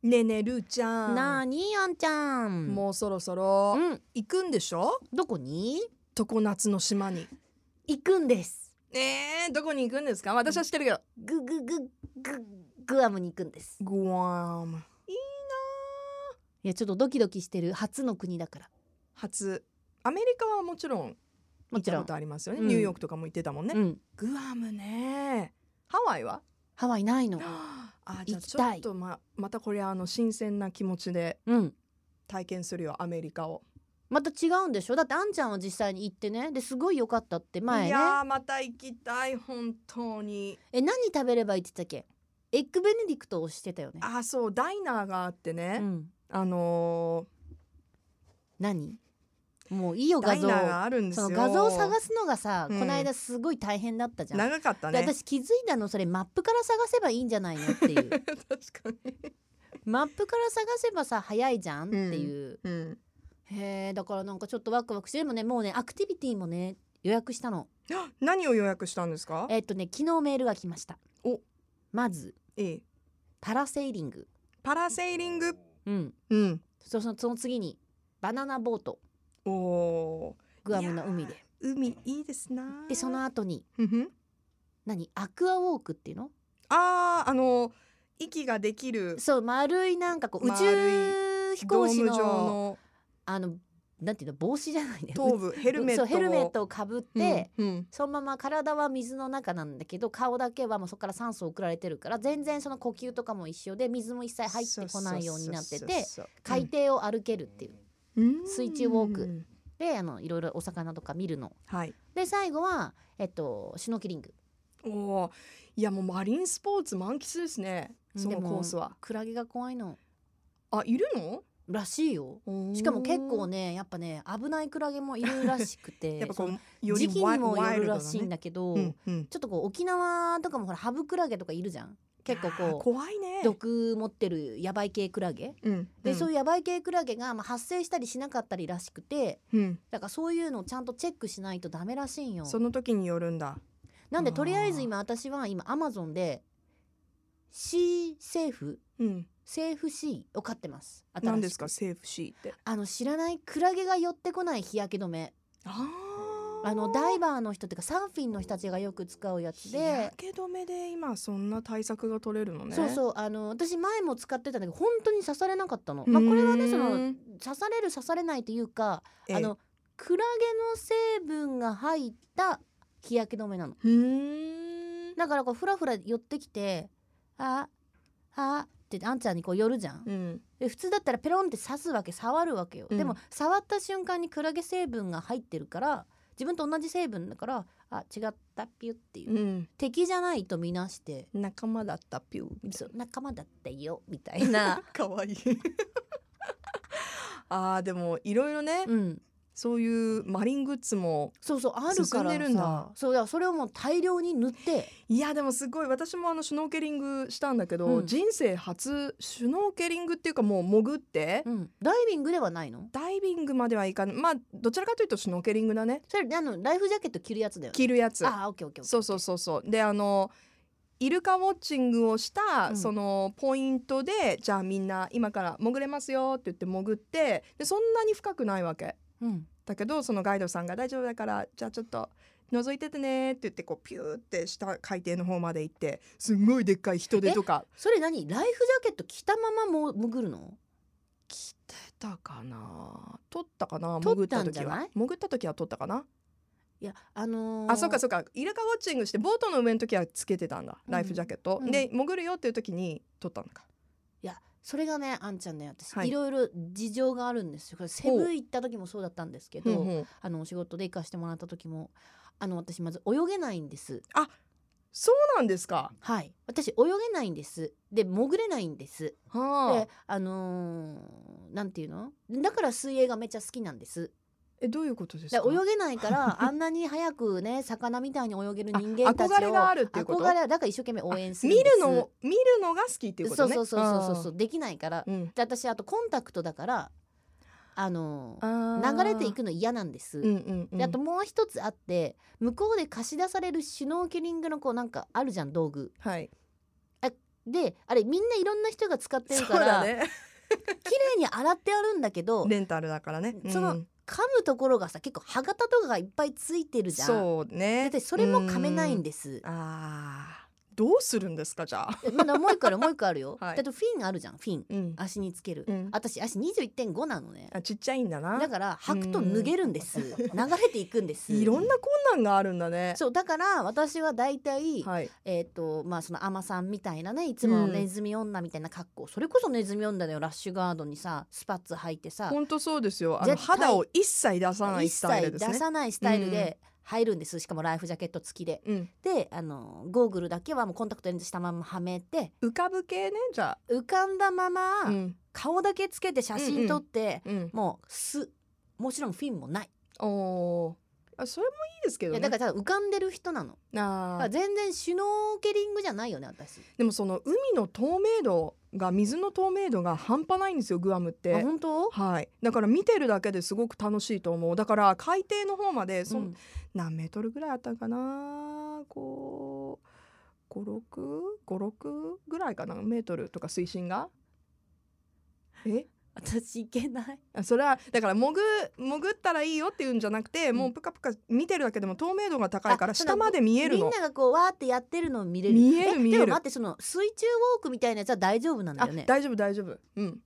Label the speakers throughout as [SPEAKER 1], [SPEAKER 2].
[SPEAKER 1] ねえねえるーちゃん
[SPEAKER 2] なあにあんちゃん
[SPEAKER 1] もうそろそうろ
[SPEAKER 2] ん
[SPEAKER 1] 行くんでしょ
[SPEAKER 2] どこに
[SPEAKER 1] 常夏の島に
[SPEAKER 2] 行くんです
[SPEAKER 1] えー、どこに行くんですか私は知ってるけど
[SPEAKER 2] グググググアムに行くんです
[SPEAKER 1] グアム
[SPEAKER 2] いやちょっとドキドキしてる初の国だから
[SPEAKER 1] 初アメリカはもちろん行
[SPEAKER 2] も
[SPEAKER 1] っ
[SPEAKER 2] ち
[SPEAKER 1] た
[SPEAKER 2] ろ
[SPEAKER 1] こ
[SPEAKER 2] ん
[SPEAKER 1] とありますよね、
[SPEAKER 2] うん
[SPEAKER 1] ニューヨークとかも行ってたもんね、
[SPEAKER 2] うん
[SPEAKER 1] グアムねハワイは
[SPEAKER 2] ハワイないの
[SPEAKER 1] あじゃあ
[SPEAKER 2] 行き
[SPEAKER 1] ちょ
[SPEAKER 2] た
[SPEAKER 1] っ
[SPEAKER 2] い
[SPEAKER 1] とままたこれあの新鮮な気持ちで
[SPEAKER 2] うん
[SPEAKER 1] 体験するよアメリカを、
[SPEAKER 2] また違うんでしょだってあんちゃんは実際に行ってねですごい良かったって前
[SPEAKER 1] い
[SPEAKER 2] ね
[SPEAKER 1] やーまた行きたい本当に
[SPEAKER 2] え何食べればいいって言ってたっけエッグベネディクトをしてたよね
[SPEAKER 1] あそうダイナーがあって
[SPEAKER 2] う
[SPEAKER 1] ね、
[SPEAKER 2] ん
[SPEAKER 1] あの
[SPEAKER 2] 何もういいよ
[SPEAKER 1] ーダ
[SPEAKER 2] 画
[SPEAKER 1] イ
[SPEAKER 2] 像
[SPEAKER 1] ナーがあるんですよ
[SPEAKER 2] その画像を探すのがさ、
[SPEAKER 1] うん
[SPEAKER 2] この間すごい大変だったじゃん
[SPEAKER 1] 長かった
[SPEAKER 2] で
[SPEAKER 1] ね
[SPEAKER 2] 私気づいたのそれマップから探せばいいんじゃないのってい う
[SPEAKER 1] 確かに、
[SPEAKER 2] マップから探せばさ早いじゃんっていう、
[SPEAKER 1] うん、
[SPEAKER 2] へえだからなんかちょっとワクワクしてでもねもうねアクティビティもね予約したの
[SPEAKER 1] 何を予約したんですか
[SPEAKER 2] えっとね昨日メールが来ました
[SPEAKER 1] お
[SPEAKER 2] まず
[SPEAKER 1] ええ
[SPEAKER 2] パラセーリング
[SPEAKER 1] パラセーリング
[SPEAKER 2] うん
[SPEAKER 1] うん
[SPEAKER 2] そそのその次にバナナボート
[SPEAKER 1] おお
[SPEAKER 2] グアムの海
[SPEAKER 1] い
[SPEAKER 2] で
[SPEAKER 1] ー海いいですなー
[SPEAKER 2] でその後に
[SPEAKER 1] ふんふん
[SPEAKER 2] 何アクアウォークっていうの
[SPEAKER 1] あーあの息ができる
[SPEAKER 2] そう丸いなんかこう宇
[SPEAKER 1] 丸
[SPEAKER 2] 宙飛行士
[SPEAKER 1] ドーム状
[SPEAKER 2] の
[SPEAKER 1] の
[SPEAKER 2] あのなんていうの帽子じゃないね
[SPEAKER 1] 頭部ヘルメット
[SPEAKER 2] そ
[SPEAKER 1] を
[SPEAKER 2] うヘルメットをかぶって、
[SPEAKER 1] うんうん
[SPEAKER 2] そのまま体は水の中なんだけど顔だけはもうそこから酸素送られてるから全然その呼吸とかも一緒で水も一切入ってこないようになってて
[SPEAKER 1] そうそうそうそう
[SPEAKER 2] 海底を歩けるっていう
[SPEAKER 1] うん
[SPEAKER 2] 水中ウォーク
[SPEAKER 1] うん
[SPEAKER 2] であのいろいろお魚とか見るの
[SPEAKER 1] はい
[SPEAKER 2] で最後はえっとシュノーキリング
[SPEAKER 1] おおいやもうマリンスポーツ満喫ですねそ
[SPEAKER 2] で
[SPEAKER 1] の
[SPEAKER 2] も
[SPEAKER 1] コースは
[SPEAKER 2] クラゲが怖いの
[SPEAKER 1] あいるの
[SPEAKER 2] らしいよ
[SPEAKER 1] おー
[SPEAKER 2] しかも結構ねやっぱね危ないクラゲもいるらしくて
[SPEAKER 1] やっぱこ
[SPEAKER 2] そう
[SPEAKER 1] より
[SPEAKER 2] 時期にも
[SPEAKER 1] ワ
[SPEAKER 2] よ
[SPEAKER 1] イル
[SPEAKER 2] る
[SPEAKER 1] ド
[SPEAKER 2] ら
[SPEAKER 1] な
[SPEAKER 2] しいん
[SPEAKER 1] ね
[SPEAKER 2] だけど、
[SPEAKER 1] うんうん
[SPEAKER 2] ちょっとこう沖縄とかもほらハブクラゲとかいるじゃん結構
[SPEAKER 1] あー
[SPEAKER 2] こう
[SPEAKER 1] 怖いね
[SPEAKER 2] 毒持ってるやばい系クラゲ
[SPEAKER 1] うん
[SPEAKER 2] で、そう
[SPEAKER 1] い
[SPEAKER 2] いうやばい系クラゲが、まあ、発生したりしなかったりらしくて
[SPEAKER 1] うん
[SPEAKER 2] だからそういうのをちゃんとチェックしないとダメらしいんよ
[SPEAKER 1] その時によるんだ
[SPEAKER 2] なんでとりあえず今私は今アマゾンでシーセーフ
[SPEAKER 1] うん
[SPEAKER 2] セーフシーを買ってます新しく
[SPEAKER 1] 何ですかセーフシーって
[SPEAKER 2] あの知らないクラゲが寄ってこない日焼け止め
[SPEAKER 1] あー
[SPEAKER 2] あのダイバーの人っていうかサーフィンの人たちがよく使うやつ
[SPEAKER 1] 日
[SPEAKER 2] で
[SPEAKER 1] 焼け止めで今そんな対策が取れるのね
[SPEAKER 2] そう
[SPEAKER 1] う
[SPEAKER 2] そうあの私前も使ってたんだけど本当に刺されなかったの、
[SPEAKER 1] ーん
[SPEAKER 2] まあ、これはねその刺される刺されないというか
[SPEAKER 1] ええ
[SPEAKER 2] あのクラゲの成分が入った日焼け止めなの
[SPEAKER 1] うーん
[SPEAKER 2] だからこうフラフラ寄ってきて「ああ」ってあんちゃんにこう寄るじゃん
[SPEAKER 1] うん
[SPEAKER 2] で普通だったらペロンって刺すわけ触るわけよ、
[SPEAKER 1] うん
[SPEAKER 2] でも触った瞬間にクラゲ成分が入ってるから自分と同じ成分だから「あ違ったピュ」っていう、
[SPEAKER 1] うん
[SPEAKER 2] 敵じゃないとみなして
[SPEAKER 1] 仲間だったピュー
[SPEAKER 2] 「そう仲間だったよ」みたいな
[SPEAKER 1] かわいいあーでもいろいろね、
[SPEAKER 2] うん
[SPEAKER 1] そういうマリングッズも
[SPEAKER 2] そうそうある
[SPEAKER 1] 進
[SPEAKER 2] か
[SPEAKER 1] ん
[SPEAKER 2] ら
[SPEAKER 1] でるんだ
[SPEAKER 2] さそうだからそれをもう大量に塗って
[SPEAKER 1] いやでもすごい私もあのシュノーケリングしたんだけど、
[SPEAKER 2] うん
[SPEAKER 1] 人生初シュノーケリングっていうかもう潜って、
[SPEAKER 2] うん、ダイビングではないの
[SPEAKER 1] ダイビングまではいかないまあどちらかというとシュノーケリングだね
[SPEAKER 2] それあのライフジャケット着るやつだよね
[SPEAKER 1] 着るやつ
[SPEAKER 2] ああオッケーオッケーオッケー
[SPEAKER 1] そうそうそうそうであのイルカウォッチングをした、
[SPEAKER 2] うん
[SPEAKER 1] そのポイントでじゃあみんな今から潜れますよって言って潜ってでそんなに深くないわけ
[SPEAKER 2] うん
[SPEAKER 1] だけどそのガイドさんが大丈夫だからじゃあちょっと覗いててねって言ってこうピューって下海底の方まで行ってすんごいでっかい人手とか
[SPEAKER 2] それ何ライフジャケット着たままも潜るの
[SPEAKER 1] 来てたかな取ったかな
[SPEAKER 2] 撮
[SPEAKER 1] 潜っ
[SPEAKER 2] った
[SPEAKER 1] た
[SPEAKER 2] んじ
[SPEAKER 1] 時
[SPEAKER 2] ゃない
[SPEAKER 1] は潜った時は取ったかない
[SPEAKER 2] やあのー
[SPEAKER 1] あそうかそうかイルカウォッチングしてボートの上の時はつけてたんだ
[SPEAKER 2] うん
[SPEAKER 1] ライフジャケット、
[SPEAKER 2] うん
[SPEAKER 1] で潜るよっていう時に取ったのか
[SPEAKER 2] いやそれがねあんちゃんね私、
[SPEAKER 1] はい
[SPEAKER 2] い、ろいろ事情があるんですよこれセブ行った時もそうだったんですけど、
[SPEAKER 1] うんうん
[SPEAKER 2] あのお仕事で行かしてもらった時もあの私まず泳げないんです
[SPEAKER 1] そうなんですか
[SPEAKER 2] はい私泳げないんですで潜れないんです
[SPEAKER 1] はあ
[SPEAKER 2] であのーなんていうのだから水泳がめっちゃ好きなんです
[SPEAKER 1] えどういうことです
[SPEAKER 2] で
[SPEAKER 1] か
[SPEAKER 2] 泳げないからあんなに早くね魚みたいに泳げる人間たちを
[SPEAKER 1] あ憧れがあるっていうこと
[SPEAKER 2] 憧れはだから一生懸命応援するん
[SPEAKER 1] 見
[SPEAKER 2] です
[SPEAKER 1] るの見るのが好きっていうことね
[SPEAKER 2] そうそうそうそうそうできないから
[SPEAKER 1] あーうん
[SPEAKER 2] で私あとコンタクトだからあの
[SPEAKER 1] あー
[SPEAKER 2] 流れていくの嫌なんです、
[SPEAKER 1] うんうんうん
[SPEAKER 2] であともう一つあって向こうで貸し出されるシュノーケリングのこうなんかあるじゃん道具
[SPEAKER 1] はい
[SPEAKER 2] であれみんないろんな人が使ってる
[SPEAKER 1] そう
[SPEAKER 2] か
[SPEAKER 1] だ
[SPEAKER 2] ら、
[SPEAKER 1] ね
[SPEAKER 2] 綺麗に洗ってあるんだけど
[SPEAKER 1] レンタルだからね
[SPEAKER 2] その
[SPEAKER 1] うん
[SPEAKER 2] 噛むところがさ結構歯型とかがいっぱいついてるじゃん
[SPEAKER 1] そうね
[SPEAKER 2] でそれも噛めないんです
[SPEAKER 1] うんあーどうするんですかじゃあ、
[SPEAKER 2] え まだもう一個あるもう一個あるよ、
[SPEAKER 1] はい
[SPEAKER 2] だとフィンあるじゃんフィン
[SPEAKER 1] うん
[SPEAKER 2] 足につける、
[SPEAKER 1] うん
[SPEAKER 2] 私足21.5なのね
[SPEAKER 1] あちっちゃいんだな
[SPEAKER 2] だから履くと脱げるん です流れていくんです
[SPEAKER 1] いろんな困難があるんだね
[SPEAKER 2] そうだから私は大体、
[SPEAKER 1] はい
[SPEAKER 2] えっ、とまあその海女さんみたいなねいつものネズミ女みたいな格好、それこそネズミ女だよラッシュガードにさスパッツ履いてさ
[SPEAKER 1] 本当そうですよあの
[SPEAKER 2] 絶対
[SPEAKER 1] 肌を一切出さない
[SPEAKER 2] 一
[SPEAKER 1] スタイ
[SPEAKER 2] 切
[SPEAKER 1] ル
[SPEAKER 2] 出
[SPEAKER 1] ですね
[SPEAKER 2] さないスタイルで入るんです、しかもライフジャケット付きで
[SPEAKER 1] うん、
[SPEAKER 2] であのゴーグルだけはもうコンタクトレンズしたままはめて
[SPEAKER 1] 浮かぶ系ねじゃ
[SPEAKER 2] 浮かんだまま、
[SPEAKER 1] あ、うん
[SPEAKER 2] 顔だけつけて写真撮って、
[SPEAKER 1] うん、
[SPEAKER 2] もうすもちろんフィンもない
[SPEAKER 1] おーあそれもいいですけ
[SPEAKER 2] い
[SPEAKER 1] ど
[SPEAKER 2] や
[SPEAKER 1] ね
[SPEAKER 2] だからただ浮かんでる人なのだ
[SPEAKER 1] あ
[SPEAKER 2] か
[SPEAKER 1] ー
[SPEAKER 2] ら全然シュノーケリングじゃないよね私
[SPEAKER 1] でもその海の透明度が水の透明度が半端ないんですよグアムっ
[SPEAKER 2] あ
[SPEAKER 1] て。
[SPEAKER 2] 本当
[SPEAKER 1] はい、だから見てるだけですごく楽しいと思うだから海底の方までそ、
[SPEAKER 2] うん
[SPEAKER 1] 何メートルぐらいあったかなこう5656ぐらいかなメートルとか水深がえ
[SPEAKER 2] 私行けない
[SPEAKER 1] あそれはだから潜潜ったらいいよっていうんじゃなくて、
[SPEAKER 2] ん
[SPEAKER 1] もうプカプカ見てるだけでも透明度が高いから
[SPEAKER 2] あその
[SPEAKER 1] 下まで見える
[SPEAKER 2] みん
[SPEAKER 1] の
[SPEAKER 2] ながこうわーってやってるのを見れる
[SPEAKER 1] 見える見える
[SPEAKER 2] でも待ってその水中ウォークみたいなやつは大丈夫なんだ
[SPEAKER 1] あ
[SPEAKER 2] よね
[SPEAKER 1] 大丈夫大丈夫うん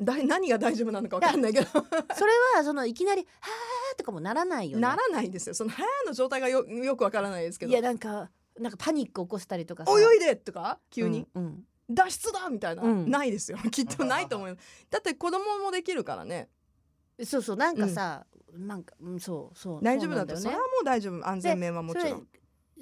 [SPEAKER 1] だい何が大丈夫なのか分かんないけど
[SPEAKER 2] それはそのいきなり「はー」とかもならないよね
[SPEAKER 1] ならないですよそのハーの状態がよよくわからないですけ
[SPEAKER 2] い
[SPEAKER 1] ど
[SPEAKER 2] やなんかなんかパニック起こしたりとかさ
[SPEAKER 1] 泳いでとか急に、
[SPEAKER 2] うんうん
[SPEAKER 1] 脱出だみたいな、
[SPEAKER 2] うん
[SPEAKER 1] ないですよきっとないと思いますだって子供もできるからね
[SPEAKER 2] そうそうなんかさ、なんか、うん、そうそう
[SPEAKER 1] 大丈夫だと
[SPEAKER 2] そう
[SPEAKER 1] そ,、
[SPEAKER 2] な
[SPEAKER 1] れ
[SPEAKER 2] んよ
[SPEAKER 1] は
[SPEAKER 2] ね
[SPEAKER 1] もう大丈夫安全面はもちろん
[SPEAKER 2] そ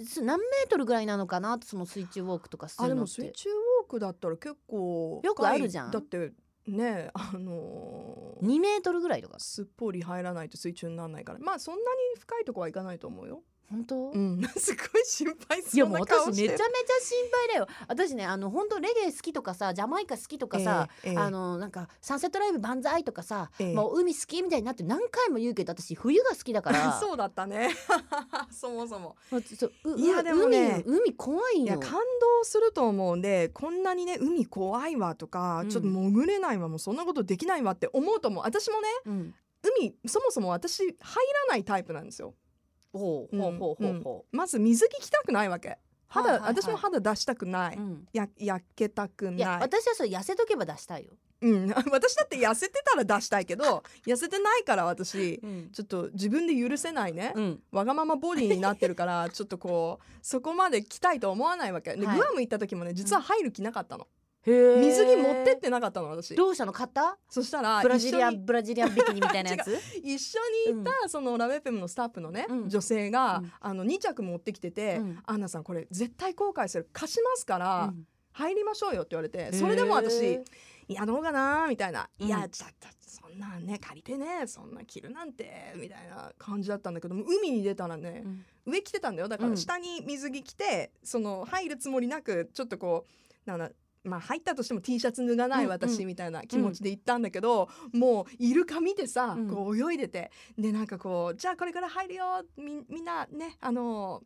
[SPEAKER 2] れそ何メートルぐらいなのかなとその水中ウォークとかす
[SPEAKER 1] あ
[SPEAKER 2] る
[SPEAKER 1] で
[SPEAKER 2] の
[SPEAKER 1] も
[SPEAKER 2] っ
[SPEAKER 1] 水
[SPEAKER 2] て
[SPEAKER 1] 中ウォークだったら結構
[SPEAKER 2] よくあるじゃん
[SPEAKER 1] 深いだってねあのー
[SPEAKER 2] 2メートルぐらいとか
[SPEAKER 1] すっぽり入らないと水中にならないからまあそんなに深いとこはいかないと思うよ、
[SPEAKER 2] 本当、
[SPEAKER 1] うん すごい心配
[SPEAKER 2] い
[SPEAKER 1] そ
[SPEAKER 2] や
[SPEAKER 1] う
[SPEAKER 2] もう
[SPEAKER 1] な
[SPEAKER 2] 私
[SPEAKER 1] 顔
[SPEAKER 2] め
[SPEAKER 1] し
[SPEAKER 2] ちゃ
[SPEAKER 1] て
[SPEAKER 2] めちゃ心配だよ私ねあの本当レゲエ好きとかさジャマイカ好きとかさ、、
[SPEAKER 1] ええええ
[SPEAKER 2] あのなんかサンセットライブ万歳とかさ、
[SPEAKER 1] ええ
[SPEAKER 2] もう海好きみたいになって何回も言うけど私冬が好きだから
[SPEAKER 1] そうだったねそもそも
[SPEAKER 2] もうそうう
[SPEAKER 1] いやでもね
[SPEAKER 2] 海海怖い
[SPEAKER 1] い
[SPEAKER 2] の
[SPEAKER 1] や感動すると思うんでこんなにね海怖いわとか、
[SPEAKER 2] うん
[SPEAKER 1] ちょっと潜れないわもうそんなことできないわって思うと思う私もね
[SPEAKER 2] うん、
[SPEAKER 1] 海そもそも私入らないタイプなんですよ
[SPEAKER 2] ほうほうほうほうほ
[SPEAKER 1] まず水着着たくないわけ肌、
[SPEAKER 2] はいはいはい
[SPEAKER 1] 私も肌出したくな
[SPEAKER 2] う、
[SPEAKER 1] い、
[SPEAKER 2] うん
[SPEAKER 1] や焼けたく
[SPEAKER 2] いや
[SPEAKER 1] ない
[SPEAKER 2] 私はそれ痩せとけば出したいよ、
[SPEAKER 1] うん 私だって痩せてたら出したいけ ど痩せてないから私
[SPEAKER 2] うん
[SPEAKER 1] ちょっと自分で許せないね、わがままボディになってるから ちょっとこうそこまで着たいと思わないわけで、
[SPEAKER 2] はい
[SPEAKER 1] グアム行った時もね実は入る気なかったの、
[SPEAKER 2] 水
[SPEAKER 1] 水着持ってってなかったの私
[SPEAKER 2] どうしたの買った
[SPEAKER 1] そしたら
[SPEAKER 2] ブラジリ
[SPEAKER 1] 一
[SPEAKER 2] ア
[SPEAKER 1] 緒に
[SPEAKER 2] ンブラジリアンビキニみたいなや つ
[SPEAKER 1] 一緒にいたそのラベフェムのスタッフのね、
[SPEAKER 2] うん
[SPEAKER 1] 女性が、
[SPEAKER 2] うん
[SPEAKER 1] あの2着持ってきてて、
[SPEAKER 2] うん
[SPEAKER 1] アンナさんこれ絶対後悔する貸しますから、
[SPEAKER 2] うん
[SPEAKER 1] 入りましょうよって言われてそれでも私
[SPEAKER 2] へ
[SPEAKER 1] いやどうかなみたいな、
[SPEAKER 2] うん
[SPEAKER 1] いやちょっとそんなんね借りてねそんな着るなんてみたいな感じだったんだけども海に出たらね
[SPEAKER 2] ーう、ん
[SPEAKER 1] 上着てたんだよだか
[SPEAKER 2] う
[SPEAKER 1] ら
[SPEAKER 2] ん
[SPEAKER 1] 下に水着着て、その入るつもりなくちょっとこうなんだまあ入ったとしても T シャツ脱がない
[SPEAKER 2] うんう
[SPEAKER 1] 私
[SPEAKER 2] ん
[SPEAKER 1] みたいな気持ちで行ったんだけど、もうイルカ見てさ、
[SPEAKER 2] うん
[SPEAKER 1] こう泳いでてでなんかこうじゃあこれから入るよみみんなねあの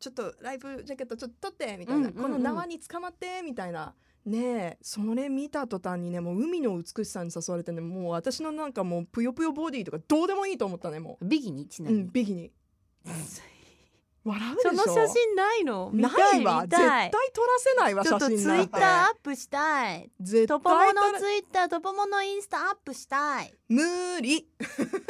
[SPEAKER 1] ちょっとライブジャケットちょっと取ってみたいな、
[SPEAKER 2] うんうんうん
[SPEAKER 1] この縄に捕まってみたいな。ねえそれ見た途端にねもう海の美しさに誘われてねもう私のなんかもうぷよぷよボディとかどうでもいいと思ったねも
[SPEAKER 2] ビキニち
[SPEAKER 1] う、
[SPEAKER 2] な
[SPEAKER 1] う
[SPEAKER 2] み
[SPEAKER 1] ん、
[SPEAKER 2] に、
[SPEAKER 1] ビギニ笑うでしょ
[SPEAKER 2] その写真ないの見た
[SPEAKER 1] ないいわ
[SPEAKER 2] 見
[SPEAKER 1] 絶
[SPEAKER 2] た
[SPEAKER 1] 対
[SPEAKER 2] い
[SPEAKER 1] 撮らせないわ
[SPEAKER 2] ち
[SPEAKER 1] 写
[SPEAKER 2] ょっとツイ
[SPEAKER 1] 真なん
[SPEAKER 2] ッ
[SPEAKER 1] て
[SPEAKER 2] ターアップしたい
[SPEAKER 1] 絶
[SPEAKER 2] ト
[SPEAKER 1] 対
[SPEAKER 2] ポモ
[SPEAKER 1] 撮
[SPEAKER 2] の
[SPEAKER 1] ら
[SPEAKER 2] ツイッタートポモのインスタアップしたい
[SPEAKER 1] 無理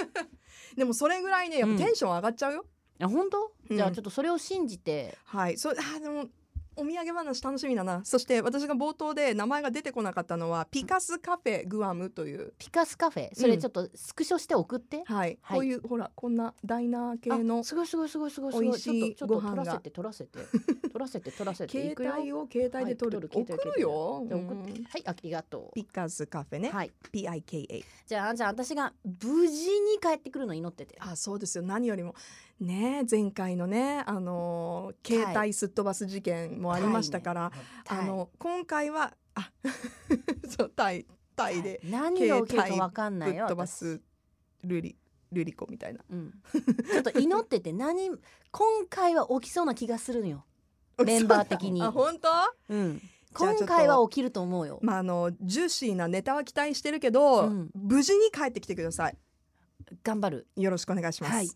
[SPEAKER 1] でもそれぐらいねやっぱテンション上がっちゃうよ、
[SPEAKER 2] あ本当、
[SPEAKER 1] うん
[SPEAKER 2] じゃあちょっとそれを信じて
[SPEAKER 1] はいそあーでもお土産話楽しみだなそして私が冒頭で名前が出てこなかったのはピカスカフェグアムという
[SPEAKER 2] ピカスカフェそれちょっとスクショして送って、
[SPEAKER 1] はい、
[SPEAKER 2] はい
[SPEAKER 1] こういうほらこんなダイナー系の
[SPEAKER 2] あすごいすごいすごいすごいすごい
[SPEAKER 1] 美味しい
[SPEAKER 2] ちょっと
[SPEAKER 1] ご飯
[SPEAKER 2] ちょっと取ら
[SPEAKER 1] が
[SPEAKER 2] せて取らせ て取らせて取らせてい
[SPEAKER 1] 携
[SPEAKER 2] くよ
[SPEAKER 1] 帯を携帯で撮る、
[SPEAKER 2] はい撮る携帯
[SPEAKER 1] 送るよ
[SPEAKER 2] じゃあ送って
[SPEAKER 1] うん
[SPEAKER 2] はいありがと
[SPEAKER 1] ピカスカフェ
[SPEAKER 2] う
[SPEAKER 1] ね、
[SPEAKER 2] はい
[SPEAKER 1] PIKA
[SPEAKER 2] じゃあじゃあ私が無事に帰ってくるのを祈ってて
[SPEAKER 1] あそうですよ何よりもねえ前回のねあのー携帯すっ飛ばす事件もありましたから、
[SPEAKER 2] タイ
[SPEAKER 1] あの今回はあ そうタイタイで
[SPEAKER 2] 何が起きるかわかん
[SPEAKER 1] ぶ
[SPEAKER 2] な
[SPEAKER 1] っ
[SPEAKER 2] いよ
[SPEAKER 1] 飛ば
[SPEAKER 2] 私
[SPEAKER 1] すルリルリコみたいな
[SPEAKER 2] うん、ちょっと祈ってて何今回は起きそうな気がするのよメンバー的 に
[SPEAKER 1] あ本当
[SPEAKER 2] うん
[SPEAKER 1] じゃあちょっ
[SPEAKER 2] 今
[SPEAKER 1] と
[SPEAKER 2] 回は起きると思うよ、
[SPEAKER 1] まああのジューシーなネタは期待してるけど、
[SPEAKER 2] うん
[SPEAKER 1] 無事に帰ってきてください
[SPEAKER 2] 頑張る
[SPEAKER 1] よろしくお願いします、
[SPEAKER 2] はい